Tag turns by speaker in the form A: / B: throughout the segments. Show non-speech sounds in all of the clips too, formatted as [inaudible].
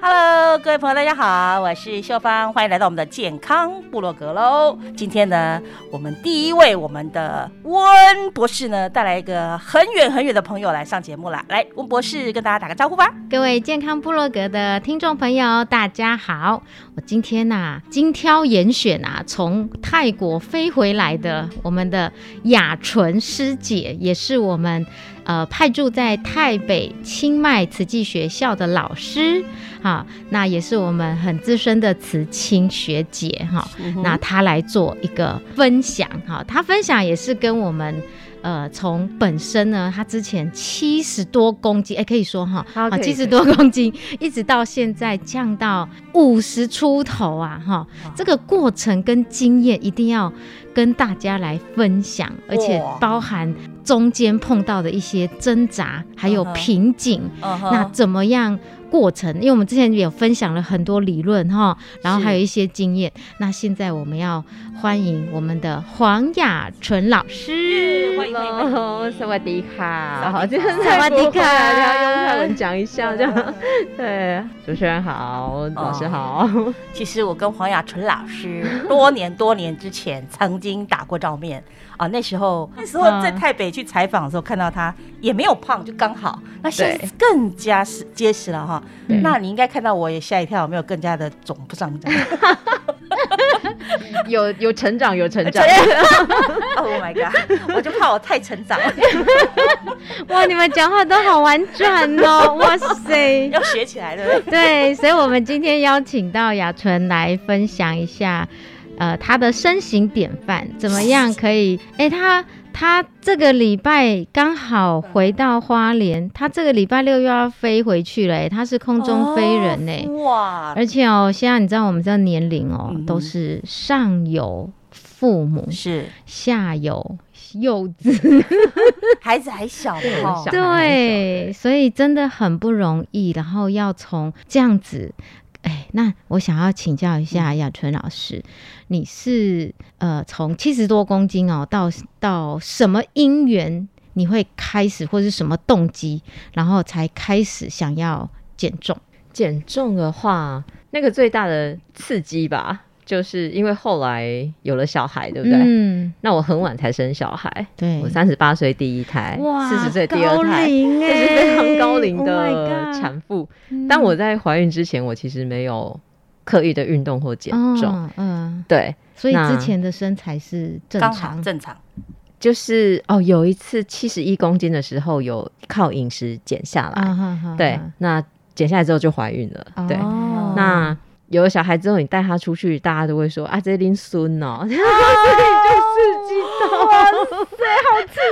A: Hello，各位朋友，大家好，我是秀芳，欢迎来到我们的健康部落格喽。今天呢，我们第一位我们的温博士呢，带来一个很远很远的朋友来上节目啦。来，温博士跟大家打个招呼吧。
B: 各位健康部落格的听众朋友，大家好！我今天呐、精挑严选啊，从泰国飞回来的我们的雅纯师姐，也是我们呃派驻在泰北清迈慈济学校的老师，哈、那也是我们很资深的慈青学姐哈、
C: 嗯
B: 那她来做一个分享哈、她分享也是跟我们。呃，从本身呢，她之前七十多公斤，哎，可以说哈，
C: 好可以
B: 七十多公斤，一直到现在降到五十出头啊，哈，这个过程跟经验一定要跟大家来分享，而且
D: 哇
B: 包含中间碰到的一些挣扎，还
D: 嗯
B: 有
D: 哼
B: 瓶颈，
C: 哦
D: 嗯哼
B: 那怎么样？过程，因为我们之前有分享了很多理论哈，然后
D: 是
B: 还有一些经验。那现在我们要欢迎我们的黄雅纯老师，
D: 嗯
B: 欢迎欢
C: [laughs]
B: 迎，
C: 萨瓦迪卡，好，就是 [laughs]
B: 萨瓦迪卡
C: 不会啊要用泰文讲一下这
A: [laughs]
C: 样。对， [laughs] 主持人好，老师好。
A: 哦其实我跟黄雅纯老师多年多年之前曾经打过照面啊，那时
C: [laughs]
A: 候那时候在台北去采访的时候看到她也没有胖，就刚好。那现在
C: 对
A: 更加实结实了哈。
B: 嗯
C: 对
A: 那你应该看到我也吓一跳，有没有更加的肿不上涨。
C: 有有成长，有成
A: [laughs]
C: 长。
A: Oh my god！我就怕我太成长了。
B: 哇，你们讲话都好婉转哦，哇塞！
A: 要学起
C: [laughs]
A: 来了。
B: [laughs] 对，所以我们今天邀请到雅纯来分享一下，呃，她的身形典范怎么样可以？哎，她她这个礼拜刚好回到花莲，她这个礼拜六又要飞回去了，哎她是空中飞人
C: 欸
B: 呢、
A: 哦哇！
B: 而且哦，现在你知道我们这个年龄哦，都是上有父母，
A: 是
B: 下有幼子，
A: 孩子还小嘛，哈
B: 对，所以真的很不容易。然后要从这样子，哎，那我想要请教一
C: 嗯
B: 下雅纯老师，你是呃从七十多公斤哦，到到什么因缘你会开始，或是什么动机，然后才开始想要减重？
C: [laughs] 减重的话，那个最大的刺激吧，就是因为后来有了小孩，对不对？
B: 嗯。
C: 那我很晚才生小孩，
B: 对
C: 我三十八岁第一胎，
B: 哇
C: 四十岁第二
B: 高
C: 胎， [laughs]
B: 龄
C: 这是非
B: 欸
C: 常高龄
B: Oh
C: 的
B: my god
C: 产妇。
B: 嗯
C: 但我在怀孕之前，我其实没有刻意的运动或减重，
B: 嗯嗯
C: 对，
B: 所以
C: 那
B: 之前的身材是正
C: 刚好
B: 常，
A: 正常。
C: 就是哦，有一次七十一公斤的时候，有靠饮食减下来，
B: 啊哦哈哈
C: 对，那减下来之后就怀孕了，对，那。有了小孩之后，你带他出去，大家都会说啊，这拎孙哦，
E: 就是知道，哇塞，
B: 好刺激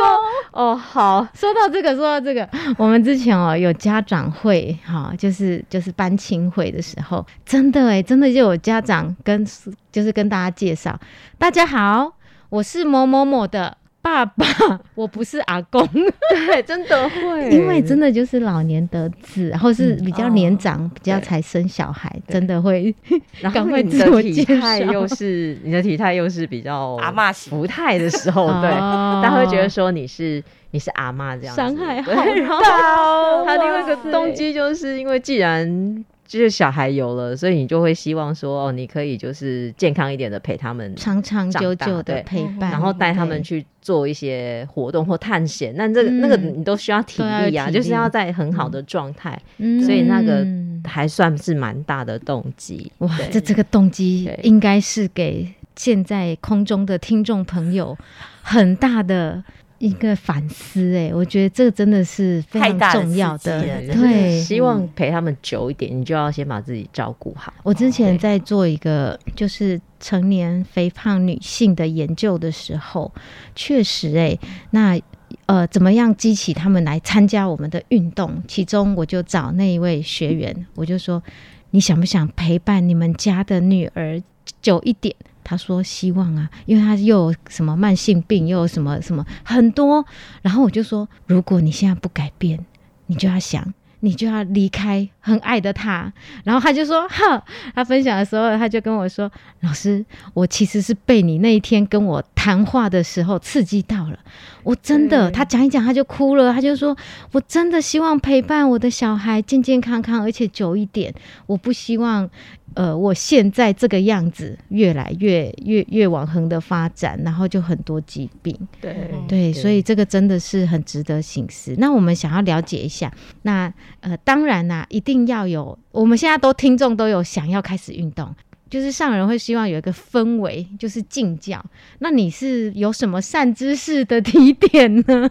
B: 哦！哦，好，说到这个，说到这个，我们之前哦有家长会，哈、就是就是班亲会的时候，真的哎，真的就有家长跟就是跟大家介绍，大家好，我是某某某的。爸爸， [laughs] 我不是阿公，
C: [laughs] 对，真的会，
B: 因为真的就是老年得子，然后是比较年长，比较才生小孩，真的会。
C: 然
B: 赶
C: 后
B: 快
C: 你
B: 自我
C: 的体
B: 介绍
C: 态又是你的体态又是比较
A: 阿嬷型
C: 福态的时候，对，
B: 哦
C: 大家会觉得说你是你是阿嬷这样子，
B: 伤害
C: 对 [laughs]
B: 好
C: 然后
B: 大
C: 他另外一个动机就是因为既然。就是小孩有了，所以你就会希望说，哦，你可以就是健康一点的陪他们
B: 长长久
C: 长大
B: 久的
C: 对
B: 陪伴，
C: 然后带他们
B: 对
C: 去做一些活动或探险。那这个、那个
B: 嗯
C: 你都需要体
B: 都要有
C: 力啊，
B: 体
C: 就是要
B: 力
C: 在很好的状态，
B: 嗯
C: 所以那个
B: 嗯
C: 还算是蛮大的动机。
B: 哇
C: 对，
B: 这这个动机
C: 对
B: 应该是给现在空中的听众朋友很大的一个反思、哎，我觉得这个真的是非
A: 太
B: 常
A: 大的
B: 重要
A: 刺激了真的
B: 对，
C: 希望陪他们久一点，你就要先把自己照顾好。
B: 我之前在做一个就是成年肥胖女性的研究的时候，确实诶、那呃，怎么样激起他们来参加我们的运动？其中我就找那一位学员，我就说你想不想陪伴你们家的女儿久一点？他说希望啊，因为他又有什么慢性病，又有什么什么很多。然后我就说，如果你现在不改变，你就要想，你就要离开很爱的他。然后他就说：“哈，他分享的时候，他就跟我说，老师，我其实是被你那一天跟我谈话的时候刺激到了。我真的，他讲一讲他就哭了，他就说，我真的希望陪伴我的小孩健健康康，而且久一点。我不希望，呃，我现在这个样子越来越越越往横的发展，然后就很多疾病。”
C: 对
B: 对，所以这个真的是很值得醒思。那我们想要了解一下，那呃，当然啦、一定要有，我们现在都听众都有想要开始运动，就是上人会希望有一个氛围，就是敬教。那你是有什么善知识的提点呢？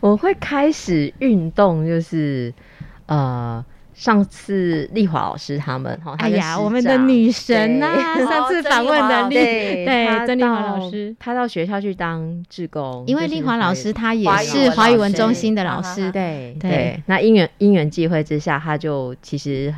C: 我会开始运动，就是呃，上次丽华老师哦他们哈，
B: 哎呀，我们的女神啊， [laughs] 上次
C: 哦
B: 访问的丽，
C: 对
B: 对，
C: 她
B: 曾丽华老
C: 到
B: 师。
C: 她到学校去当志工，
B: 因为
C: 就是
B: 丽华老
C: 华语
B: 师她也
C: 华语
B: 是
C: 文
B: 华语文
C: 老
B: 中
C: 师嗯
B: 心的老师，
C: 对
B: 对
C: 对，那因缘因缘际会之下，他就其实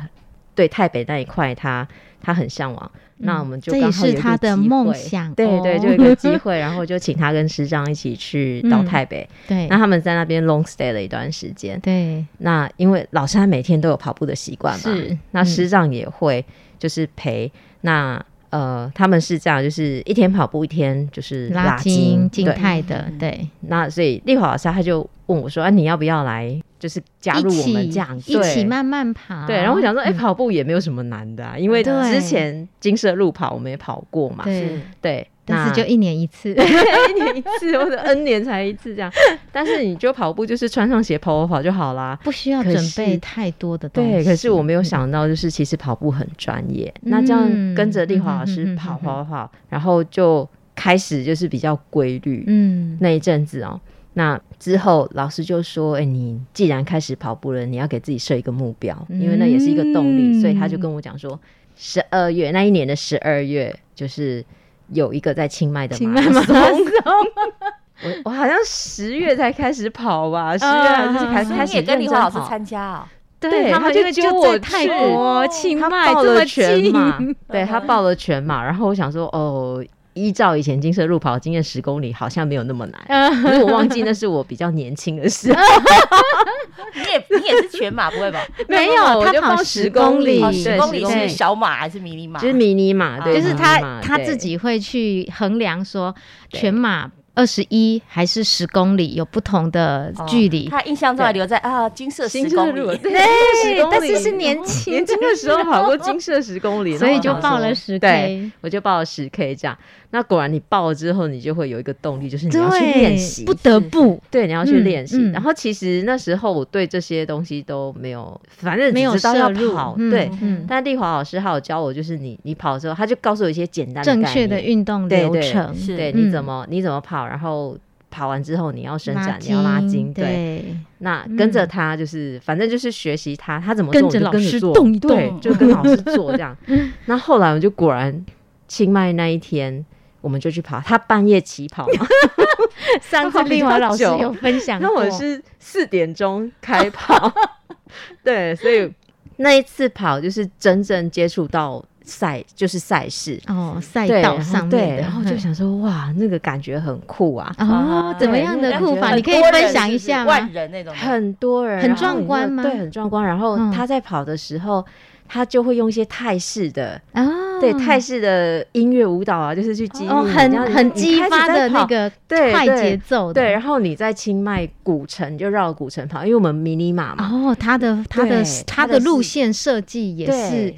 C: 对台北那一块他他很向往。那我们就刚
B: 这也
C: 好
B: 是
C: 有一
B: 他
C: 个
B: 的
C: 机
B: 梦
C: 会
B: 想
C: 对对，
B: 哦
C: 就有一个机会，然后就请他跟师长一起去到
B: 嗯
C: 台北。
B: 对
C: 那他们在那边 long stay 了一段时间。
B: 对，
C: 那因为老师他每天都有跑步的习惯嘛，
B: 是
C: 那
B: 嗯
C: 师长也会就是陪、那。呃，他们是这样，就是一天跑步，一天就是
B: 拉
C: 筋
B: 筋静
C: 对嗯
B: 态的，对，
C: 那所以丽华老师他就问我说：“啊，你要不要来？就是加入我们这样
B: 一起一起
C: 对
B: 慢慢爬。
C: 对。”然后我想说：“哎、
B: 嗯
C: 跑步也没有什么难的、啊，因为
B: 对
C: 之前金色路跑我们也跑过嘛，
B: 对，
C: 对。
B: 但是就
C: 那
B: 一年一 [laughs] 次，
C: 一年一 [laughs] 次或者 N 年才一次这样，但是你就跑步就是穿上鞋跑跑跑就好啦。
B: 不需要
C: 可
B: 准
C: 是
B: 备太多的东西。嗯
C: 对，可是我没有想到，就是其实跑步很专业。那这样跟着丽华老师跑
B: 嗯嗯嗯嗯
C: 跑
B: 嗯
C: 跑跑，然后就开始就是比较规律，
B: 嗯，
C: 那一阵子哦。那之后，老师就说：“哎、你既然开始跑步了，你要给自己设一个目标，因为那也是一个动力。
B: 嗯
C: 所以他就跟我讲说，十二月那一年的十二月，就是有一个在清迈的
B: 清
C: 马
B: 迈
C: 拉
B: 马
C: 松。
B: 拉松
C: [laughs] 我我好像十月才开始跑吧，十月还是开
B: 所以
C: 开
A: 你
C: 始
A: 也跟丽
C: 认
A: 华
C: 真
A: 老师
C: 跑
A: 参加
B: 哦
A: 啊？
C: 对，
B: 嗯他们因
C: 就
B: 为
C: 揪
B: 就
C: 我
B: 在泰
C: 去
B: 国清
C: 他
B: 迈
C: 报
B: 这么
C: 了全
B: 近，
C: 马， [laughs] 对他报了全马，然后我想说，哦，依照以前金色路跑经验十公里，好像没有那么难，可是我忘记那是我比较年轻的时候，
A: 你也你也是全马不会
B: [laughs]
A: 吧？
B: 没
C: [laughs]
B: 有
C: 我
B: 他
C: 就
B: 跑
C: 报
B: 10
C: 十公
B: 公里
C: 里，
A: 哦，
B: 对
A: 十公里
B: 10
A: 是小马还是迷你马？
C: 就是迷你马，对，
B: [laughs] 就是
C: 迷你
B: 他
C: 马
B: 他
C: 对
B: 自己会去衡量说
C: 对
B: 全马二十一还是十公里有不同的
C: 哦
B: 距
A: 哦
B: 离。
A: 他印象中还留在啊金色十
C: 金色
A: 公
C: 路，
A: [laughs] 里，
C: 对，10公
B: 但
C: 里
B: 是是年轻
C: 年轻的时候跑过金色十公里，
B: 所以就
C: 然后我想
B: 报了
C: 说
B: 10K
C: 对我就报了十 K 这样。那果然你报了之后，你就会有一个动力，就是你要去练习，
B: 对，不得不
C: 对，你要去
B: 嗯
C: 练习。
B: 嗯
C: 然后其实那时候我对这些东西都没有，反正
B: 没有
C: 只知道要
B: 摄入
C: 跑，
B: 嗯
C: 对。
B: 嗯
C: 但丽华老师还有教我，就是你你跑的时候，他就告诉我一些简单的
B: 正
C: 概
B: 确的
C: 念
B: 运动
C: 对
B: 流
C: 对
B: 程，
A: 是
C: 对，
B: 嗯
C: 你怎么、你怎么跑，然后跑完之后你要伸
B: 拉
C: 展，你要拉筋，
B: 筋，
C: 对。
B: 对，
C: 那跟着
B: 嗯
C: 他就是，反正就是学习他，他怎么做
B: 跟
C: 我就
B: 老
C: 跟
B: 师
C: 着做，
B: 动一动， [laughs]
C: 对，就跟老师做这样。那后来我就果然清迈那一天，我们就去爬。他半夜起
B: [laughs]
C: 跑嘛，
B: 上次丽华老师有分享 [laughs]
C: 那我是四点钟开跑，对，所以那一次跑就是真正接触到赛，就是赛事嗯
B: 哦，赛道上面
C: 的。然后就想说，哇，那个感觉很酷啊！
B: 哦，怎么样的酷法？你可以分享一下吗？
A: 万人那种，
C: 很多人，
B: 很壮观吗？嗯
C: 对，很壮观。然后他在跑的时候。他就会用一些泰式的
B: 啊，
C: 对泰式的音乐舞蹈啊，就是去激励，
B: 哦很很激发的那个快节奏。
C: 对，然后你在清迈古城就绕古城跑，因为我们迷你马嘛。
B: 哦，它的它的它的路线设计也是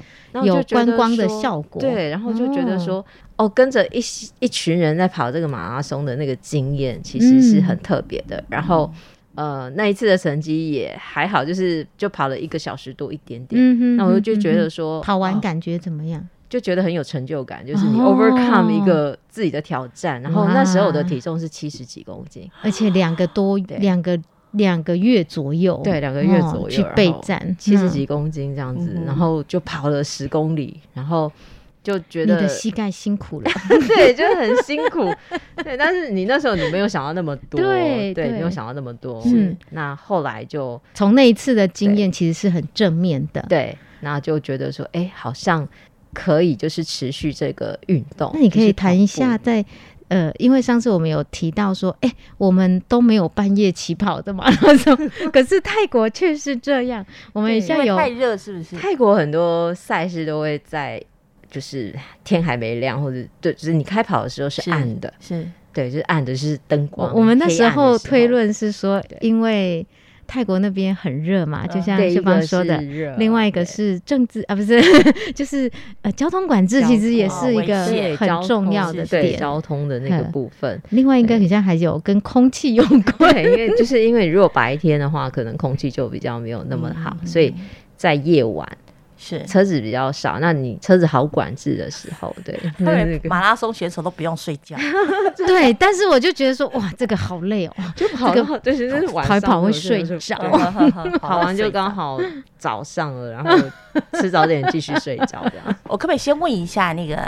B: 有观光的效果。
C: 对，然后就觉得说，哦，跟着一一群人在跑这个马拉松的那个经验，其实
B: 嗯
C: 是很特别的。然后。呃，那一次的成绩也还好，就是就跑了一个小时多一点点。
B: 嗯哼，
C: 那我就觉得说，哦
B: 嗯、跑完感觉怎么样、哦？
C: 就觉得很有成就感，就是你 overcome 一个自己的挑战。哦、然后那时候我的体重是七十几公斤，
B: 而且两个多两个两个月左右，
C: 对，两个月左右、哦、
B: 去备战，
C: 七十几公斤这样子，嗯、然后就跑了十公里，然后。就觉得
B: 你的膝盖辛苦了， [laughs]
C: 对，就很辛苦， [laughs] 对。但是你那时候你没有想到那么多，
B: 对，
C: 对，没有想到那么多。嗯，那后来就
B: 从那一次的经验其实是很正面的，
C: 对。那就觉得说，哎，好像可以就是持续这个运动。
B: 那你可以谈一下在呃，因为上次我们有提到说，哎，我们都没有半夜起跑的 [laughs] 马拉松，可是泰国却是这样。我们现在有
A: 太热是不是？
C: 泰国很多赛事都会在。就是天还没亮，或者对，就是你开跑的时候是暗的，
A: 是
C: 对，就是暗的，就是灯光。
B: 我们那
C: 时
B: 候推论是说，因为泰国那边很热嘛，啊
C: 嗯
B: 就像秀芳说的，另外一个是政治啊，不是， [laughs] 就是呃交通管制，其实也是一个很重要的点，嗯
C: 交通的那个部分。
B: 另外一个好像还有跟空气有 [laughs] 关，
C: 因为就是因为如果白天的话，可能空气就比较没有那么好，所以在夜晚。
A: 是
B: [laughs]
C: 车子比较少，那你车子好管制的时候，对，
A: 对马拉松选手都不用睡
B: [laughs]
A: 觉，
B: 对。但是我就觉得说，哇，这个好累哦，
C: 就跑到就是晚上
B: 跑会睡着，
C: 跑完就刚好早上了，然后吃早点继续睡觉这样。
A: 我可不可以先问一下那个？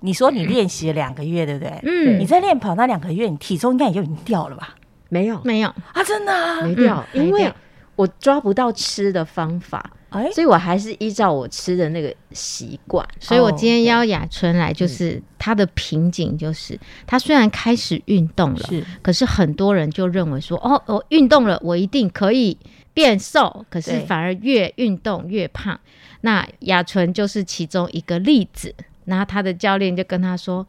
A: 你说你练习了两个月，对不对？
B: 嗯，
A: 你在练跑那两个月，你体重应该也就已经掉了吧？
C: 没有，
B: 没有
A: 啊，真的
C: 没嗯掉，因为我抓不到吃的方法。
A: 哎，
C: 所以我还是依照我吃的那个习惯，
B: 所以我今天邀雅春来，就是她的瓶颈，就是她虽然开始运动了，
A: 是，
B: 可是很多人就认为说，哦，我运动了，我一定可以变瘦，可是反而越运动越胖。那雅纯就是其中一个例子，然后她的教练就跟她说。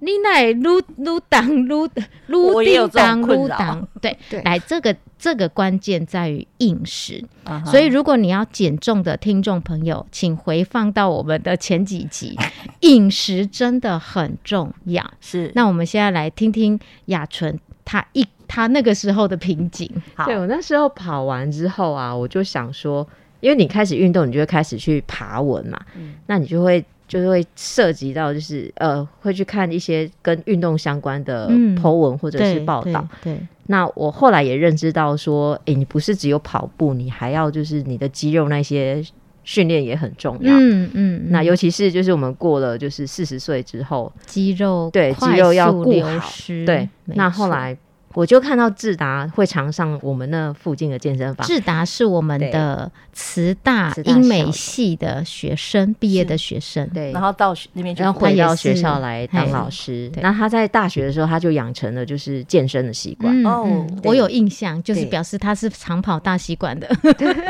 B: 你那撸撸挡撸撸叮当撸挡，对，来这个这个关键在于饮食，uh
A: 啊
B: huh. 所以如果你要减重的听众朋友，请回放到我们的前几集， [laughs] 饮食真的很重要。
A: 是，
B: 那我们现在来听听雅纯她一她那个时候的瓶颈。
C: 对我那时候跑完之后啊，我就想说，因为你开始运动，你就会开始去爬文嘛，嗯、那你就会。就是会涉及到，就是呃，会去看一些跟运动相关的 Po 文或者是报道、
B: 嗯。对，对对
C: 那我后来也认知到说，诶，你不是只有跑步，你还要就是你的肌肉那些训练也很重要。
B: 嗯嗯。嗯
C: 那尤其是就是我们过了就是四十岁之后，
B: 肌肉
C: 对肌肉要顾好。
B: 嗯
C: 对，那后来。我就看到智达会常上我们那附近的健身房。
B: 智达是我们的慈大英美系的学生毕业的学生，
C: 对，
A: 然后到那边，
C: 然后回到学校来当老师。那他在大学的时候，他就养成了就是健身的习
B: 嗯
C: 惯。
A: 哦，
B: 我有印象，就是表示他是长跑大习惯的，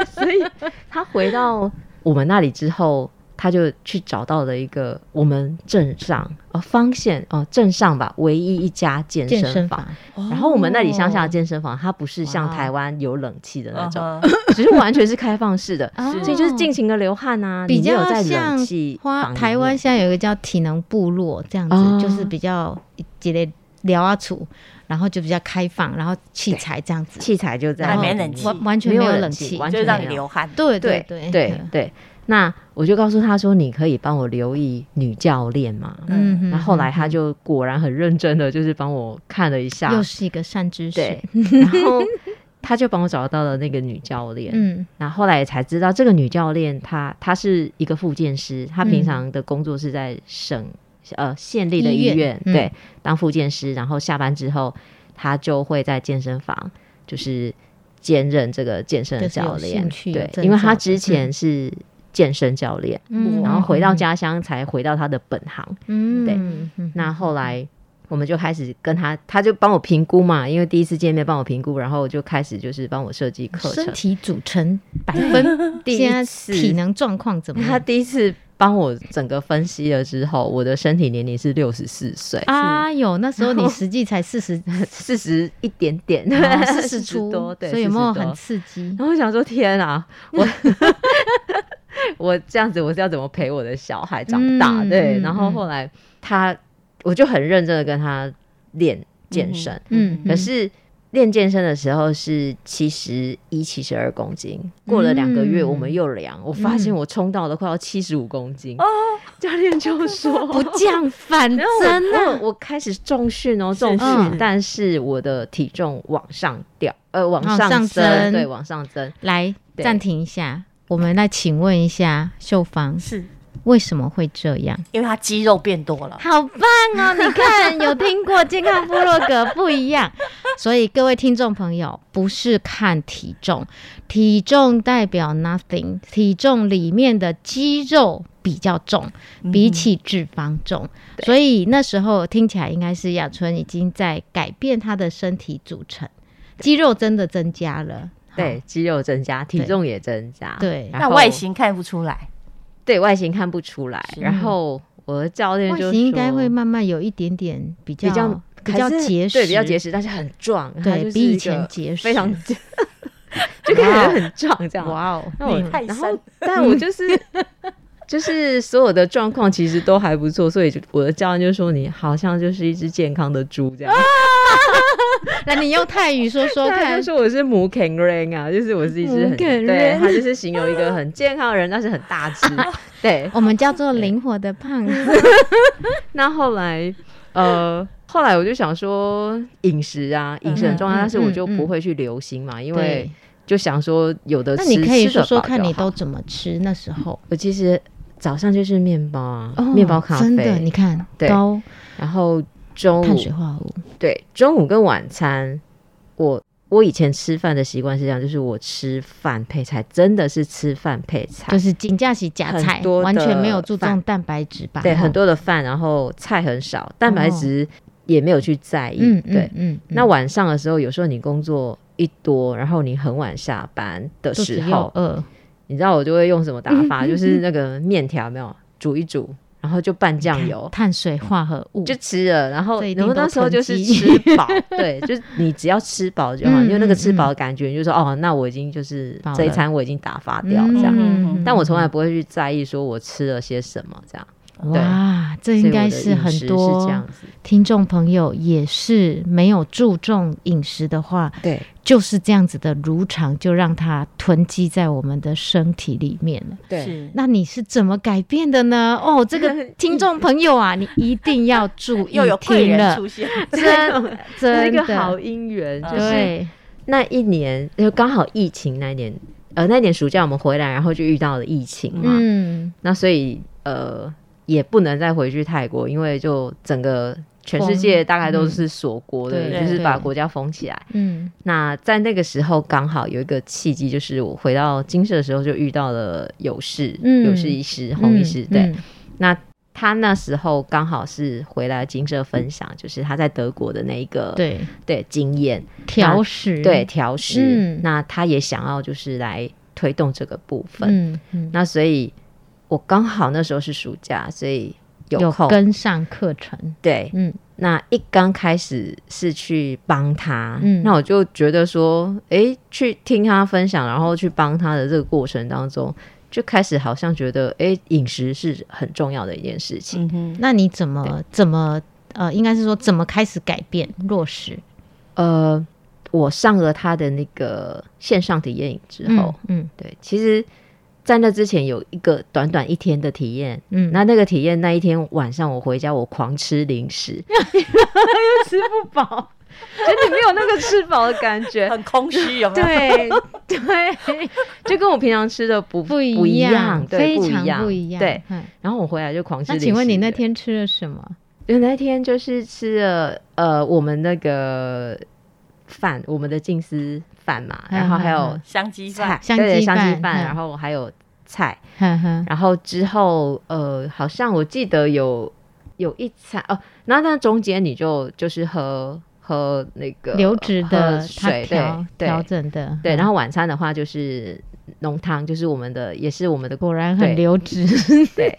C: 所以他回到我们那里之后。他就去找到了一个我们镇上哦方县哦镇上吧唯一一家健身房，
B: 身房
C: 然后我们那里乡下的健身房，哦、它不是像台湾有冷气的
A: 嗯
C: 那
B: 嗯
C: 种，
A: [laughs]
C: 只是完全是开放式的，哦、所以就是尽情的流汗啊，
B: 比较
C: 在冷气
B: 花台湾现在有一个叫体能部落这样子，
C: 啊
B: 哦、就是比较几类聊啊处。然后就比较开放，然后器材这样子，
C: 器材就在，
A: 没冷气，
B: 完完全
C: 没有
B: 冷气，
C: 完
A: 全
C: 让
A: 你流汗。
B: 对
C: 对
B: 对嗯
C: 对对。那我就告诉他说：“你可以帮我留意女教练嘛。”
B: 嗯，
C: 那后来他就果然很认真的，就是帮我看了一下，
B: 又是一个善知识。
C: 对，然后他就帮我找到了那个女教练。
B: 嗯，
C: 那后来才知道，这个女教练她她是一个复健师，她平常的工作是在省。呃县立的医院，
B: 医院嗯
C: 对，当复健师，然后下班之后他就会在健身房就是兼任这个健身的
B: 就是有
C: 教练
B: 兴，趣有
C: 对，
B: 证
C: 因为他
B: 照
C: 之
B: 的
C: 前
B: 嗯
C: 是健身教练，
B: 嗯
C: 然后回到
B: 嗯
C: 家乡才回到他的本行，
B: 嗯，
C: 对
B: 对
C: 那后来我们就开始跟他，他就帮我评估嘛，因为第一次见面帮我评估，然后我就开始就是帮我设计课程
B: 身。体组成百分，
C: 第一
B: 现在
C: 次
B: 体能状况怎
C: [laughs]
B: 么
C: 他
B: 样？
C: 第一次帮我整个分析了之后，我的身体年龄是六十四岁，
B: 啊，有那时候你实际才四十，
C: 四十一点点，
B: [laughs]
C: [laughs]
B: 哦四十
C: 40
B: 出
C: 多，，对，
B: 所以有没有
C: 40多
B: 很刺激？
C: 然后我想说，天啊，我 [laughs] 我这样子我是要怎么陪我的小孩长大？
B: 嗯
C: 对，
B: 嗯
C: 然后后来他，我就很认真的跟他练健身，
B: 嗯，
C: 可是练健身的时候是七十一、七十二公斤，过了两个月
B: 嗯
C: 我们又量，我发现我冲到了快要七十五公斤。教练就说
B: 哦 [laughs] 不
C: [laughs]
B: 降反
C: 然后我
B: 增啊，
C: 我我开始重训哦，重训，
B: 是
C: 但是我的体重往上掉，呃，往
B: 往
C: 上
B: 上
C: 升，
B: 增
C: 对，往上增。
B: 来
C: 对
B: 暂停一下，我们来请问一下秀芳，
A: 是
B: 为什么会这样？
A: 因为他肌肉变多了。
B: 好棒哦！你看，有听过健康部落格不一样， [laughs] 所以各位听众朋友，不是看体重，体重代表 nothing，体重里面的肌肉比较重，
C: 嗯
B: 比起脂肪重，所以那时候听起来应该是雅春已经在改变她的身体组成，肌肉真的增加了，
C: 对，肌肉增加，体
B: 对
C: 重也增加，
B: 对
C: 然
A: 那
C: 后
A: 外形看不出来，
C: 对外形看不出来。然后我的教练
B: 好，外
C: 就
B: 形应该
C: 说
B: 会慢慢有一点点比较
C: 比较
B: 比较
C: 还是
B: 结实，
C: 对，比较结实，但是很壮，
B: 对
C: 它就是
B: 比以
C: 一个
B: 前结实
C: 非
B: 哦
C: 常 [laughs] 就感觉很壮这样。
B: 哇 [laughs] 哦，
C: 那我
B: 嗯
A: 太
C: 然
A: 深
C: 后，但我就是
B: [laughs]
C: 就是所有的状况其实都还不错，所以就我的教练就说你好像就是一只健康的猪这
B: 啊
C: 样。
B: 来，你用泰语说
C: [laughs]
B: 说
C: 他就。
B: 看
C: 说我是母 can rain 啊，就是我是一只
B: 母
C: 很对
B: Ken Ren
C: 他就是形容一个很健康的人，但是很大
B: [laughs]
C: 只。对，
B: 我们叫做灵活的
C: [laughs]
B: 胖子。
C: 那后来，呃，后来我就想说饮食啊，饮食很重要，
B: 嗯
C: 但是我就
B: 嗯嗯
C: 不会去留心嘛，因为
B: 对，
C: 就想说有的吃，
B: 那你可以
C: 吃得
B: 说说
C: 饱
B: 看
C: 就
B: 你
C: 好
B: 都怎么吃那时候？
C: 我其实早上就是面包啊，面包咖
B: 哦真的，你
C: 啡，
B: 看
C: 对
B: 高
C: 然后中
B: 碳
C: 午
B: 水化合物，
C: 对中午跟晚餐，我我以前吃饭的习惯是这样，就是我吃饭配菜，真的是吃饭配菜，
B: 就是紧架起假菜
C: 很，多的
B: 完全没有注重
C: 饭
B: 蛋白质吧？
C: 对
B: 哦
C: 很，多的饭，然后菜很少，蛋白质也没有去在意，
B: 嗯，嗯
C: 对。
B: 嗯，
C: 那晚上的时候，有时候你工作一多，然后你很晚下班的
B: 肚
C: 时
B: 子
C: 候
B: 又，饿，
C: 你知道我就会用什么打法，就是那个面条有没有煮一煮，然后就拌酱油
B: [laughs] 看，碳水化合物
C: 就吃了，然后
B: 这一定
C: 然后
B: 都
C: 那时候就是
B: 囤积
C: 吃饱，
B: [laughs]
C: 对，就是你只要吃饱就好，
B: 嗯
C: 因为那个
B: 嗯
C: 吃饱的感觉，你就说哦，那我已经就是
B: 饱了
C: 这一餐我已经打发掉这样。
B: 嗯
C: 但我从来不会去在意说我吃了些什么这样，对
B: 哇，这应该是很
C: 所以我的饮食是这
B: 多
C: 样子，
B: 听众朋友也是没有注重饮食的话，
C: 对
B: 就是这样子的如常，就让它囤积在我们的身体里面了。
C: 对
A: 是
B: 那你是怎么改变的呢？哦，
A: [laughs]
B: 这个听众朋友啊，你一定要注意
A: 又有贵
B: 听
A: 人
B: 了
C: [laughs]
A: 出，现， [laughs]
C: 是
B: 真
C: 一
B: 真
C: 个好
B: 的
C: 姻缘，就是
B: 对，
C: 那一年就刚好疫情那一年，呃，那一年暑假我们回来，然后就遇到了疫情嘛，
B: 嗯，
C: 那所以呃也不能再回去泰国，因为就整个全世界
B: 封
C: 大概都是锁国的，
B: 嗯
A: 对
C: 就是
B: 对
C: 把国家封起来。
B: 嗯，
C: 那在那个时候刚好有一个契机，就是我回到金色的时候就遇到了有事，
B: 嗯
C: 有事医师、洪医师，
B: 嗯
C: 对，
B: 嗯
C: 那。他那时候刚好是回来金色分享，就是他在德国的那一个
B: 对，
C: 对经验，
B: 调食，
C: 对，调食，
B: 嗯
C: 那他也想要就是来推动这个部分。
B: 嗯嗯，
C: 那所以，我刚好那时候是暑假，所以有
B: 有
C: 空。
B: 跟上课程，
C: 对，
B: 嗯，
C: 那一刚开始是去帮他，
B: 嗯
C: 那我就觉得说，诶，去听他分享，然后去帮他的这个过程当中，就开始好像觉得，诶，饮食是很重要的一件事情。
A: 嗯哼，
B: 那你怎么怎么呃，应该是说怎么开始改变落实
C: 呃，我上了他的那个线上体验营之后，，
B: 嗯
C: 对，其实，在那之前有一个短短一天的体验，
B: 嗯，
C: 那那个 [laughs] 体验那一天晚上我回家，我狂吃零食，因为吃不饱，觉得你没有那个吃饱的感觉，
A: 很空虚，有没有？
C: 对 [laughs] 对，就跟我平常吃的不
B: 不
C: 一
B: 样，
C: 对，
B: 非
C: 不
B: 常
C: 不
B: 一样。
C: 对，
B: 嗯
C: 然后我回来就狂吃
B: 那
C: 零食的。
B: 请问你那天吃了什么？
C: 就那天就是吃了呃我们那个饭，我们的静思饭嘛，[laughs]
B: 嗯
C: 然后还
B: 嗯
C: 有
B: 嗯
A: 香鸡
C: 菜
A: 饭，，
B: 香
C: 对对
B: 鸡
C: 香
B: 饭
C: 鸡饭，
B: 嗯
C: 然后还有菜，
B: 哼哼，
C: 然后之后呃好像我记得有有一餐哦，然后那中间你就就是喝喝那个
B: 流质的
C: 呃喝
B: 它
C: 水，
B: 调
C: 对
B: 调
C: 对
B: 整的，
C: 对，
B: 嗯
C: 然后晚餐的话就是浓汤，就是我们的也是我们的
B: [laughs] 果然
C: 对
B: 很流质，
C: 对，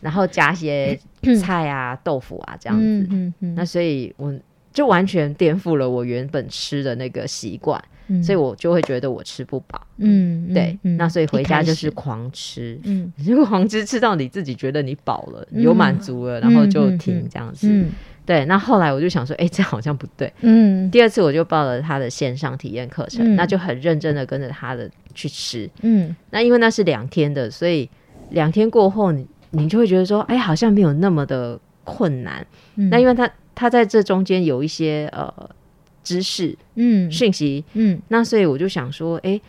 C: 然后加一些菜啊、豆腐啊这样子。
B: 嗯嗯嗯，
C: 那所以我就完全颠覆了我原本吃的那个习惯，
B: 嗯
C: 所以我就会觉得我吃不饱。
B: 嗯嗯
C: 对，
B: 嗯
C: 那所以回家就。
B: 一
C: 是
B: 开始
C: 狂吃，
B: 嗯，
C: [laughs] 就狂吃吃到你自己觉得你饱了，
B: 嗯
C: 有满足了，然后就
B: 嗯
C: 停这样子。
B: 嗯
C: 对，那后来我就想说，哎、这好像不
B: [laughs]
C: 对。
B: 嗯
C: 第二次我就报了他的线上体验课程，
B: 嗯
C: 那就很认真的跟着他的去吃。
B: 嗯
C: 那因为那是两天的，所以两天过后你，你就会觉得说，哎，好像没有那么的困难。
B: 嗯，
C: 那因
B: 为
C: 为他他在这中间有一些呃知识
B: 嗯
C: 讯息，
B: 嗯
C: 那所以我就想说，哎、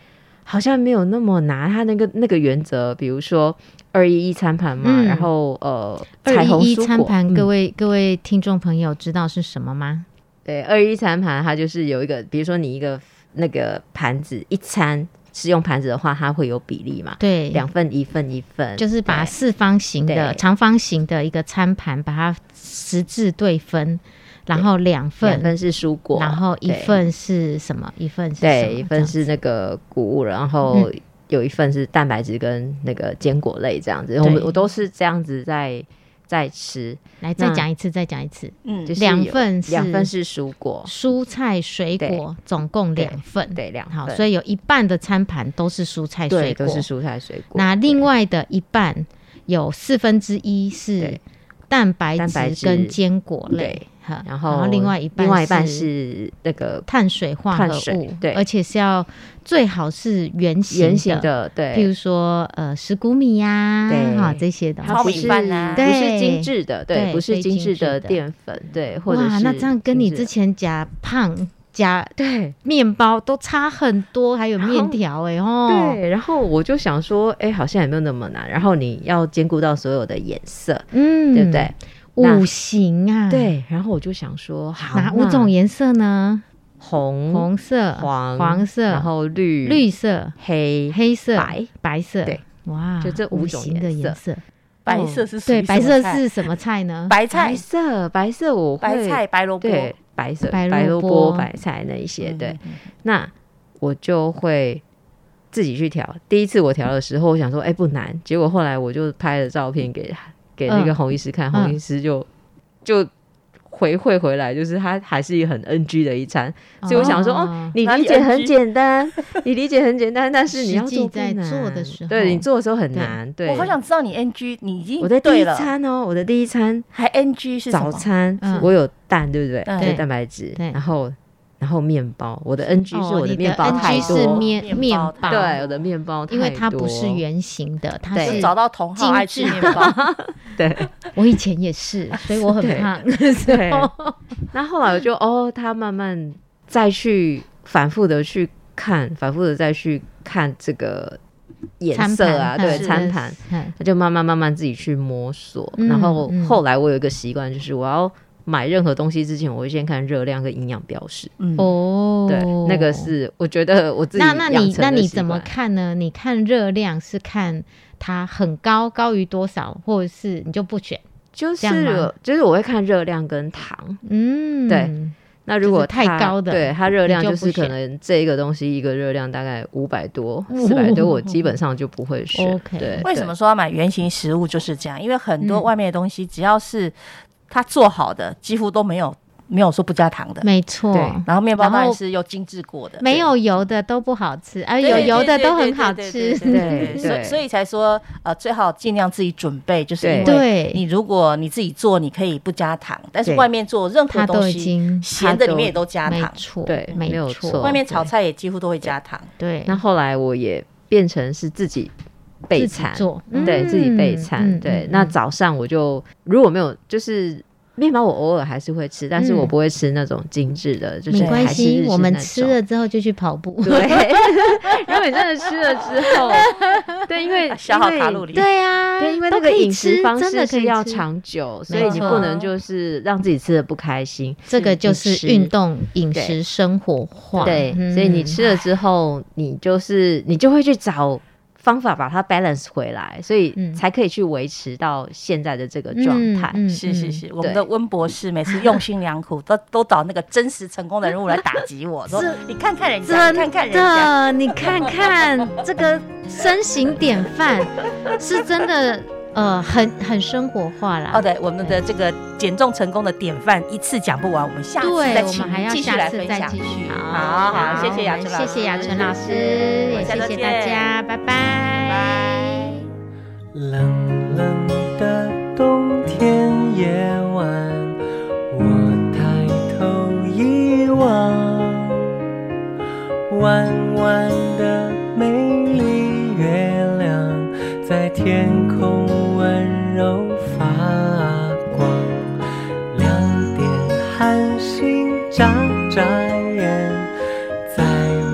C: 好像没有那么拿他那个那个原则，比如说二一一餐盘嘛，
B: 嗯
C: 然后呃
B: 二
C: 彩虹
B: 一一
C: 蔬果
B: 餐盘，各
C: 嗯
B: 位各位听众朋友知道是什么吗？
C: 对二一餐盘，它就是有一个，比如说你一个那个盘子一餐是用盘子的话，它会有比例嘛，
B: 对，
C: 两份一份一份，
B: 就是把
C: 对
B: 四方形的、
C: 对
B: 长方形的一个餐盘，把它十字对分，然后两
C: 两
B: 份，
C: 份是蔬果，
B: 然后一
C: 对
B: 份是什么？一份是什
C: 对，
B: 么
C: 一
B: 这
C: 份
B: 样嗯
C: 是那个谷物，然后有一份是蛋白质跟那个坚果类这样子。我
B: 对
C: 们我都是这样子在在吃，
B: 来再
C: 那
B: 讲一次，再讲一次，
A: 嗯
C: 就是
B: 两
C: 有
B: 份
C: 两份
B: 是
C: 是蔬果，
B: 蔬菜水
C: 对
B: 果，总共
C: 对
B: 两份。
C: 对，两
B: 好，
C: 份
B: 所以有一半的餐盘都是蔬菜
C: 对
B: 水
C: 都
B: 果，
C: 是蔬菜水果。
B: 那另外的一半有四分之一是
C: 对
B: 蛋白
C: 蛋白
B: 质
C: 质
B: 跟坚果类
C: 对，
B: 哈
C: 然
B: 后
C: 后
B: 另外一半
C: 另外一半是那个
B: 碳水化
C: 碳
B: 合
C: 水
B: 物，
C: 对
B: 而且是要最好是圆形
C: 圆形，的，
B: 譬如
C: 对，
B: 说呃石谷米呀，
C: 对
B: 哈这些的，
C: 它
A: 糙
C: 不
A: 米
C: 是
A: 饭啊
C: 不
B: 对
C: 是精致的，
B: 对
C: 对，不
B: 非
C: 是精
B: 精
C: 致
B: 致的
C: 的淀粉，对，或者
B: 哇，
C: 是
B: 那这样跟你
C: 精致
B: 之
C: 的
B: 前夹胖夹
C: 对
B: 面包都差很多，还有
C: 然后
B: 面条哎哦，
C: [laughs] 对，然后我就想说，哎，好像也没有那么难。然后你要兼顾到所有的颜色，
B: 嗯，
C: 对不对？？
B: 五行啊，，
C: 对，然后我就想说，好，
B: 哪五
C: 那
B: 种颜色呢？
C: 红、
B: 红色、
C: 黄、
B: 黄色，
C: 然后绿、
B: 绿、色、
C: 黑、
B: 黑色、
C: 白、
B: 白色，
C: 对，
B: 哇，
C: 就这
B: 五
C: 五种
B: 行的颜
C: 颜
B: 色。哦
A: 白色是属于
B: 对，白
A: 什
B: 色
A: 么菜
B: 是什么菜呢？
A: 白菜
C: 白、色、白色，我会
A: 白菜、白萝卜，
C: 对白色、
B: 白
C: 白
B: 萝
C: 萝
B: 卜
C: 卜、白菜那一些，
A: 嗯
C: 对，那我就会。自己去调。第一次我调的时候，我想说，哎、不难。结果后来我就拍了照片给他，给那个
B: 嗯
C: 红医师看，
B: 嗯
C: 红医师就就回馈回来，就是他还是一个很 NG 的一餐。所以我想说，哦，你
A: 哪里
C: 理解
A: NG？
C: 很简 [laughs] 单，你理解很简单，但是你要
B: 实际
C: 做不
B: 在
C: 难
B: 做的时候
C: 对你做的时候很
B: 对
C: 难。对，
A: 我好想知道你 NG，你已经
C: 我的第
A: 对
C: 一
A: 了，
C: 餐哦，我的第一餐
A: 还 NG 是什
C: 早
A: 么？
C: 餐
B: 嗯
C: 我有蛋，对不对？
A: 对
C: 有蛋白质，
B: 对
C: 然后然后面包，我的 NG 是
B: 哦
C: 我
B: 你
C: 面包太
B: NG
C: 多，
B: 是面
A: 面
B: 面
A: 包
B: 包，
C: 对，我的面包太
B: 因
C: 多，
B: 为它不是圆形的，它
C: 对
B: 是
A: 找到同
B: 精
A: 好爱吃
B: 致
A: 面包，
C: [laughs] 对
B: 我以前也是，所以我
C: [laughs]
B: 很
C: 对
B: 胖。
C: 对。那后来我
B: [laughs]
C: 就哦，他慢慢再去反复的去看，反复的再去看这个颜
B: 餐
C: 色啊，
B: 盘
C: 对，
B: 嗯
C: 餐盘，
B: 嗯
C: 他就慢慢慢慢自己去摸索。
B: 嗯
C: 然后
B: 嗯
C: 后来我有一个习惯，就是我要买任何东西之前，我会先看热量跟营养标识。
A: 嗯，
B: 哦，
C: 对，那个。是我觉得我自己
B: 那那
C: 养
B: 你
C: 成
B: 那
C: 的
B: 你
C: 习
B: 怎么
C: 惯？
B: 看呢？你看热量是看它很高，高于多少，或者是你就不选？
C: 就
B: 这样吗
C: 是就是我会看热量跟糖。
B: 嗯，
C: 对那如
B: 就是
C: 果
B: 太
C: 它
B: 高的
C: 对它热量
B: 你就
C: 就
B: 不
C: 是可
B: 选哦
C: 能这一个东西一个热量大概五百多、四百多，我基本
B: [laughs]
C: 上就不会选。
B: OK
C: 对，
A: [laughs] 为什么
C: 对？
A: 说要买圆形食物就是这样？因为很多
B: 嗯
A: 外面的东西，只要是它做好的，几乎都没有没有说不加糖的。
B: 没错。
C: 对
A: 然后面包
B: 然后
A: 当然是又精致过的，
B: 没有油的都不好吃，而
A: 对
B: 有
A: 对
B: 油的
A: 对
B: 都
A: 对对
B: 很好
A: 对
B: 吃。
A: 对对对
C: 对
A: 所以
C: 对
A: 所以才说呃，最好尽量自己准备，就是因
C: 对
A: 为你如果你自己做，你可以不加糖，但是
C: 对
A: 外面做任何
B: [laughs] 它
A: 东
B: 都已
A: 西，
B: 经
A: 咸的里面也都加
B: 没
A: 糖，
B: 错，
C: 对没
B: 没
C: 有
B: 错。
C: 错
A: 外面炒菜也几乎都会加糖。
B: 对，
C: 那后来我也变成是自己备
B: 自己
C: 餐，
B: 做，
C: 对自己备餐。
B: 嗯
C: 对
B: 嗯，
C: 那
B: 嗯
C: 早上我就如果没有就是面包我偶尔还是会吃，但是
B: 嗯
C: 我不会吃那种精致的，就是
F: 没关
C: 还是日式
F: 系，我们
C: 那
F: 吃
C: 种
F: 了之后就去跑步。
C: 对，
B: [laughs]
C: [laughs] 如果你真的吃了之后，对，因为
A: 消耗卡路里
C: 因
F: [laughs]
C: 为
F: 对啊，
C: [laughs] 对，因为
F: 都
C: 那个
F: 可以
C: 饮食
F: 吃
C: 方
F: 真的
C: 式
F: 可以
C: 是要
F: 吃
C: 长久，所
F: 没
C: 以你
F: 错
C: 不能就是让自己吃的不开心。
F: 这个就是
C: 吃
F: 运动、饮
C: 对
F: 食、生活化。
C: 对，
F: 嗯
C: 所以你吃了之后，你就是你就会去找方法把它 balance 回来，所以
F: 嗯
C: 才可以去维持到现在的这个状态。
F: 嗯嗯
A: 是是是，我们
C: 对
A: 的温博士每次用心良苦，都都找那个真实成功的人物来打击我，说
F: 是
A: 你看看人家，
F: 真
A: 你看看人家，
F: 的，你看看这个身形典范，是真的，呃，很很生活化啦。
A: 哦，对，我们的这个减重成功的典范一次讲不完，我们下次再
F: 对，我
A: 请
F: 们还要
A: 继续来
F: 下次
A: 分
F: 再
A: 享
F: 继。续。
A: 好好谢谢雅
F: 我们
A: 纯老
F: 谢谢雅
A: 师
F: 纯老师，也
A: 我们下
F: 谢
A: 周
F: 谢大
A: 见
F: 家，拜拜
B: 冷冷的冬天夜晚，我抬头一望，弯弯的美丽月亮在天空温柔发光，两点寒星眨眨眼，在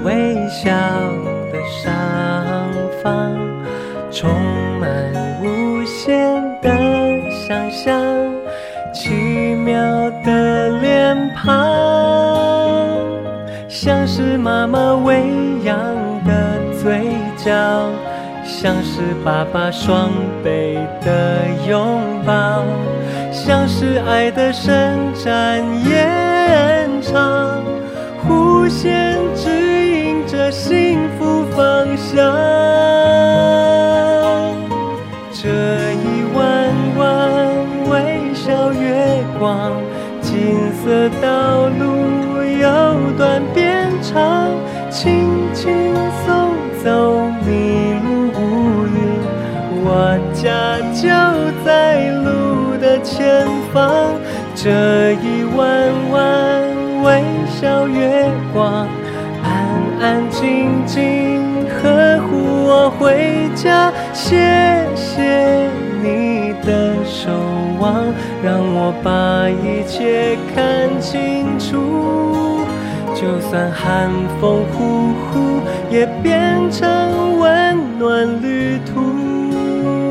B: 微笑的上方。充满无限的想象，奇妙的脸庞，像是妈妈喂养的嘴角，像是爸爸双臂的拥抱，像是爱的伸展延长，弧线指引着幸福方向。这一弯弯微笑月光，金色道路由短变长，轻轻送走迷路乌云。我家就在路的前方，这一弯弯微笑月光。安安静静呵护我回家，谢谢你的守望，让我把一切看清楚。就算寒风呼呼，也变成温暖旅途。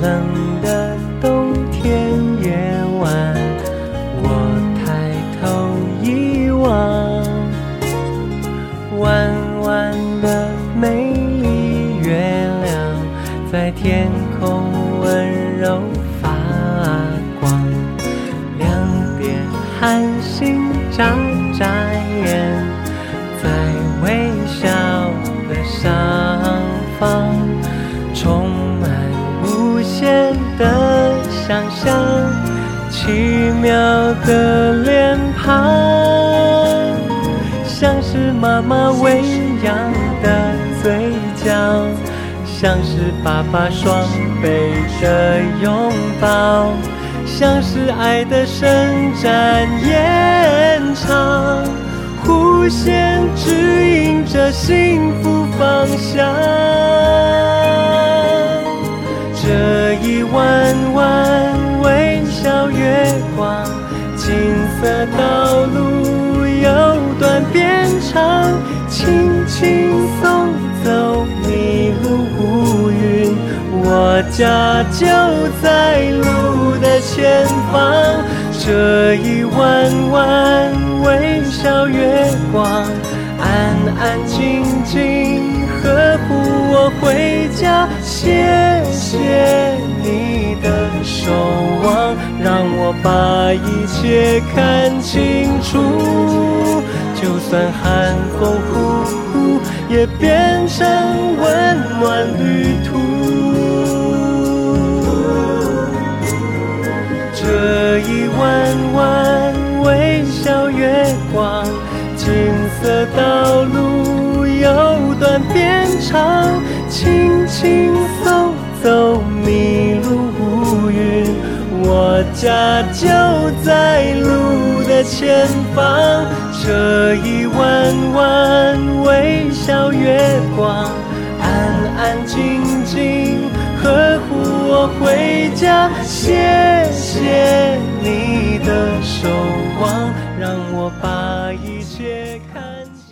B: 冷的冬天夜晚，我抬头一望，弯弯的美丽月亮在天空温柔发光，两点寒星眨眨眼，在微笑的上方。充满无限的想象，奇妙的脸庞，像是妈妈喂养的嘴角，像是爸爸双臂的拥抱，像是爱的伸展延长。弧线指引着幸福方向。这一弯弯微笑月光，金色道路由短变长，轻轻送走迷路乌云。我家就在路的前方，这一弯弯微笑月光，安安静静呵护我回家。谢谢你的守望，让我把一切看清楚。就算寒风呼呼，也变成温暖旅途。这一弯弯微笑月光，金色道路由短变长，轻轻送走迷路乌云。我家就在路的前方，这一弯弯微笑月光，安安静静呵护我回家。谢谢你的守望，让我把一切看清。